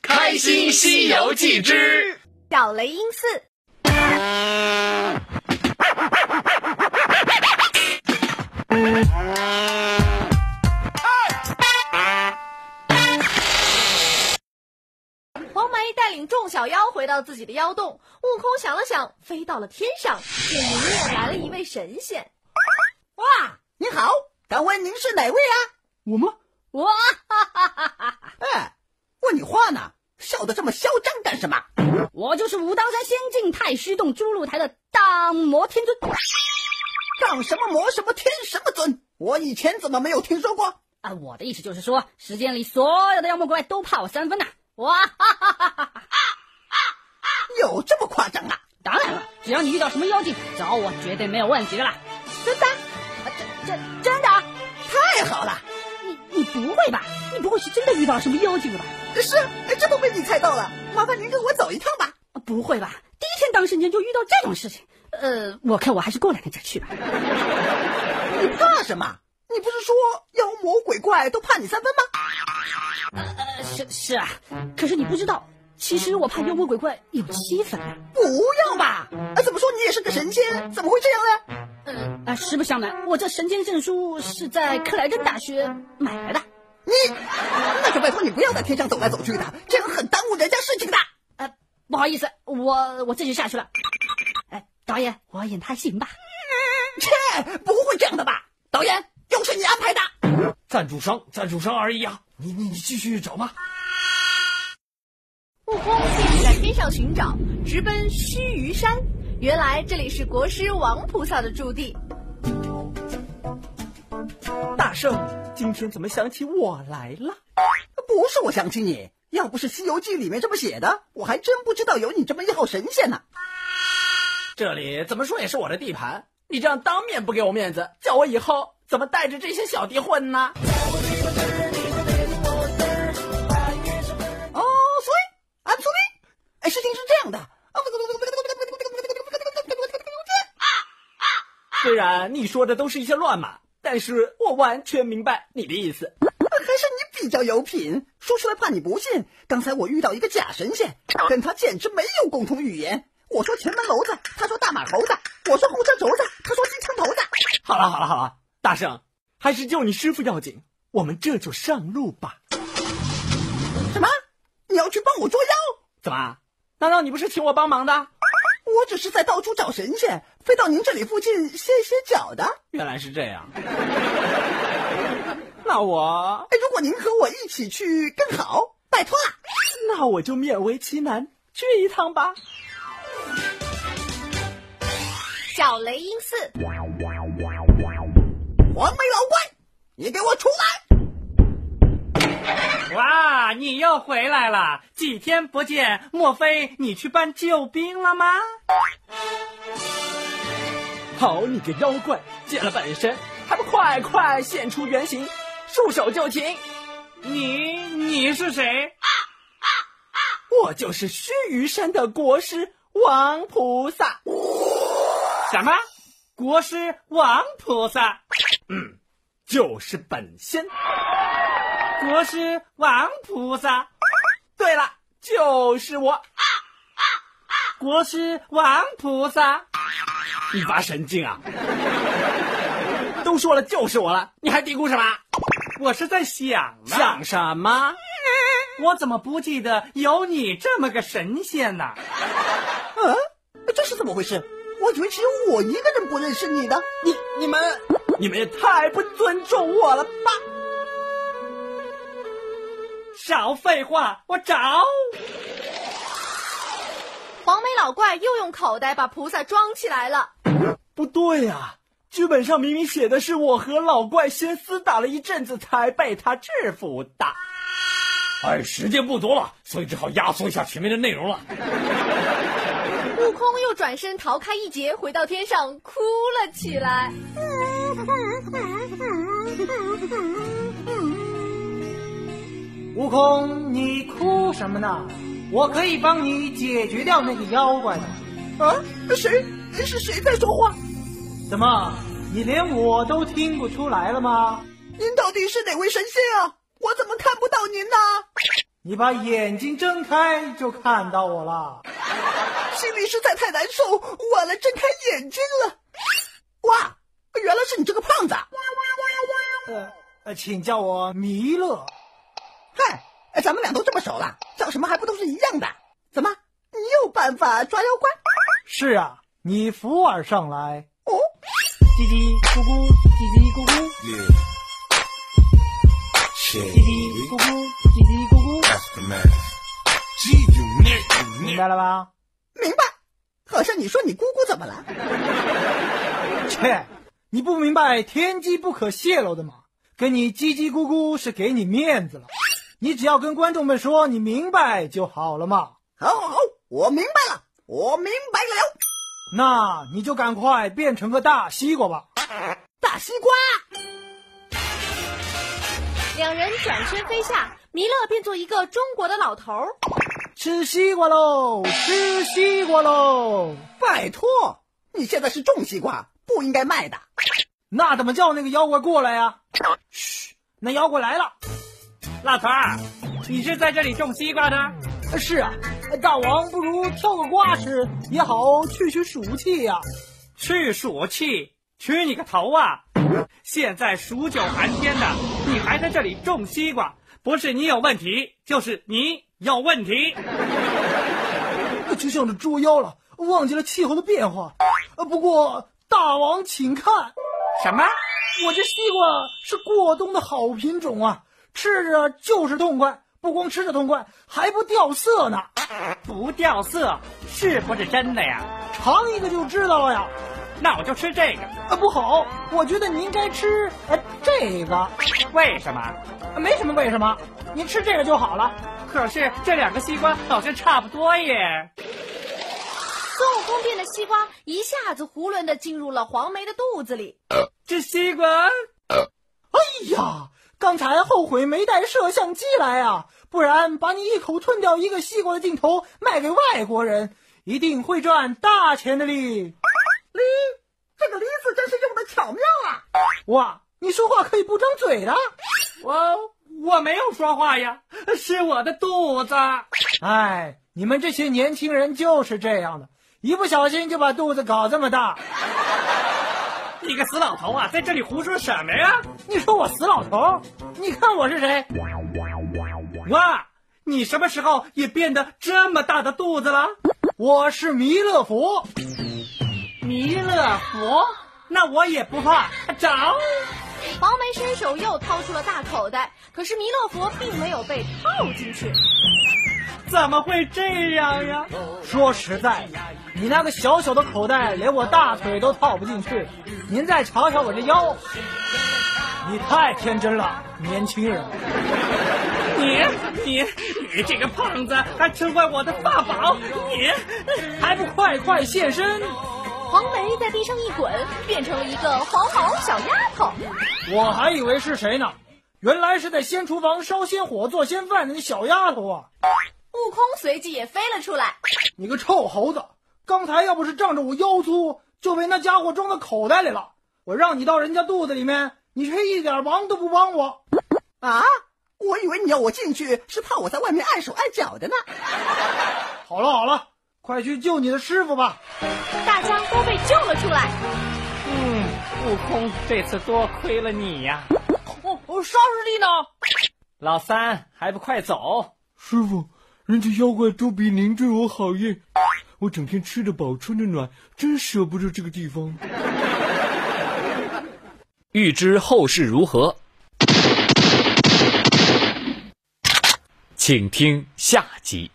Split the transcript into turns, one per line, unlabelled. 开心西游记之
小雷音寺。黄眉带领众小妖回到自己的妖洞，悟空想了想，飞到了天上，这迎面来了一位神仙。
哇，您好，敢问您是哪位啊？
我吗？
哇哈哈哈哈！
哎，问你话呢，笑得这么嚣张干什么？
我就是武当山仙境太虚洞诛戮台的荡魔天尊。
当什么魔什么天什么尊？我以前怎么没有听说过？
啊，我的意思就是说，时间里所有的妖魔鬼怪都怕我啊三分呐、哇哈哈哈哈！
有这么夸张啊？
当然了，只要你遇到什么妖精，找我绝对没有问题的啦。
真的？
啊，真真真的啊？
太好了！
你你不会吧？你不会是真的遇到什么妖精了吧？
是，哎这都被你猜到了，麻烦您跟我走一趟吧。
啊不会吧？第一天当神仙就遇到这种事情？呃，我看我还是过两天再去吧。
你怕什么？你不是说妖魔鬼怪都怕你三分吗？
呃，是是啊，可是你不知道，其实我怕妖魔鬼怪有七分啊。
不要吧！哎，怎么说你也是个神仙，怎么会这样呢？
呃
嗯
啊，实不相瞒，我这神仙证书是在克莱顿大学买来的。
你，那就拜托你不要在天上走来走去的，这样很耽误人家事情的。
呃，不好意思，我我这就下去了。哎，导演，我演他行吧？
切，不会这样的吧？导演，又是你安排的。
赞助商，赞助商而已啊！你你你继续找吧。
悟空继续在天上寻找，直奔须臾山。原来这里是国师王菩萨的驻地。
大圣，今天怎么想起我来了？
不是我想起你，要不是《西游记》里面这么写的，我还真不知道有你这么一号神仙呢。
这里怎么说也是我的地盘，你这样当面不给我面子，叫我以后怎么带着这些小弟混呢？
哦，所以，俺聪明。哎，事情是这样的。啊
虽然你说的都是一些乱码，但是我完全明白你的意思。
呃还是你比较有品，说出来怕你不信。刚才我遇到一个假神仙，跟他简直没有共同语言。我说前门楼子，他说大马猴子；我说红山轴子，他说金枪头子。
好了好了好了，大圣，还是救你师傅要紧，我们这就上路吧。
什么？你要去帮我捉妖？
怎么？啊难道你不是请我帮忙的？
我只是在到处找神仙，飞到您这里附近歇歇脚的。
原来是这样。 那我
哎，如果您和我一起去更好，拜托了。
那我就勉为其难去一趟吧。
小雷音寺，
黄眉老怪，你给我出来！
哇，你又回来了！几天不见，莫非你去搬救兵了吗？
好你个妖怪，见了本身，还不快快现出原形，束手就擒！
你你是谁？
我就是须臾山的国师王菩萨。
什么？国师王菩萨？
嗯就是本仙。
国师王菩萨？
对了，就是我。
国师王菩萨？
你发神经啊！都说了就是我了，你还嘀咕什么？
我是在想呢，
想什么？
我怎么不记得有你这么个神仙呢？
嗯、这是怎么回事？我以为只有我一个人不认识你呢。
你你们你们也太不尊重我了吧！
少废话，我找。
黄眉老怪又用口袋把菩萨装起来了。
不对呀、剧本上明明写的是我和老怪先厮打了一阵子，才被他制服的。
哎，时间不多了，所以只好压缩一下前面的内容了。
悟空又转身逃开一劫，回到天上哭了起来。
悟空，你哭什么呢？我可以帮你解决掉那个妖怪的。
啊，谁是谁在说话？
怎么，你连我都听不出来了吗？
您到底是哪位神仙啊？我怎么看不到您呢？
你把眼睛睁开就看到我了。
心里实在太难受，晚了睁开眼睛了。哇，原来是你这个胖子啊！
呃呃，请叫我弥勒。
嗨，哎咱们俩都这么熟了，叫什么还不都是一样的？怎么，你有办法抓妖怪？
是啊，你扶耳上来，
哦，
叽叽咕咕，叽叽咕咕，
Yeah.
叽叽
Shit.
咕咕，叽叽咕咕，
Aftermath. G unit,
明
unit.
白了吧？
明白。好像你说你姑姑怎么了？
切，你不明白天机不可泄露的吗？跟你叽叽咕咕是给你面子了，你只要跟观众们说你明白就好了嘛。
好好好，我明白了，我明白了。
那你就赶快变成个大西瓜吧。
大西瓜，
两人转身飞下，弥勒变做一个中国的老头儿。
吃西瓜喽，吃西瓜喽！
拜托，你现在是种西瓜，不应该卖的。哎
那怎么叫那个妖怪过来呀、嘘，那妖怪来了！
老头儿，你是在这里种西瓜呢？
呃是啊，呃大王不如挑个瓜吃也好，去去暑气呀、
去暑气，去你个头啊！现在数九寒天的，你还在这里种西瓜，不是你有问题，就是你有问题。
呃就像这捉妖了，忘记了气候的变化。呃，不过大王请看，
什么？
我这西瓜是过冬的好品种啊，吃着就是痛快，不光吃着痛快，还不掉色呢。
不掉色是不是真的呀？
尝一个就知道了呀。
那我就吃这个。
啊，不好，我觉得你应该吃呃这个，呃
为什么？
没什么为什么，你吃这个就好了。
可是这两个西瓜好像差不多耶。
孙悟空变的西瓜一下子囫囵的进入了黄梅的肚子里。
这西瓜
哎呀，刚才后悔没带摄像机来啊，不然把你一口吞掉一个西瓜的镜头卖给外国人，一定会赚大钱的哩。
梨，这个梨字真是用的巧妙啊！
哇，你说话可以不张嘴的。
我我没有说话呀，是我的肚子。
哎，你们这些年轻人就是这样的，一不小心就把肚子搞这么大。
你个死老头啊，在这里胡说什么呀？
你说我死老头儿，你看我是谁？
哇，你什么时候也变得这么大的肚子了？
我是弥勒佛。
弥勒佛，那我也不怕，找。
黄梅伸手又掏出了大口袋，可是弥勒佛并没有被套进去。
怎么会这样呀？
说实在的，你那个小小的口袋连我大腿都套不进去。您再瞧瞧我这腰，你太天真了，年轻人。
你你你这个胖子还吃坏我的法宝，你
还不快快现身！
黄梅在地上一滚，变成了一个黄毛小丫头。
我还以为是谁呢，原来是在仙厨房烧仙火做仙饭的那小丫头啊！
悟空随即也飞了出来。
你个臭猴子，刚才要不是仗着我腰粗，就被那家伙装到口袋里了。我让你到人家肚子里面，你却一点忙都不帮我。
啊，我以为你要我进去是怕我在外面碍手碍脚的呢。
好了好了，快去救你的师傅吧！
大家都被救了出来。
嗯，悟空这次多亏了你呀、
哦哦，沙师弟呢？
老三还不快走？
师傅，人家妖怪都比您对我好耶！我整天吃得饱，穿得暖，真舍不得这个地方。
欲知后事如何，请听下集。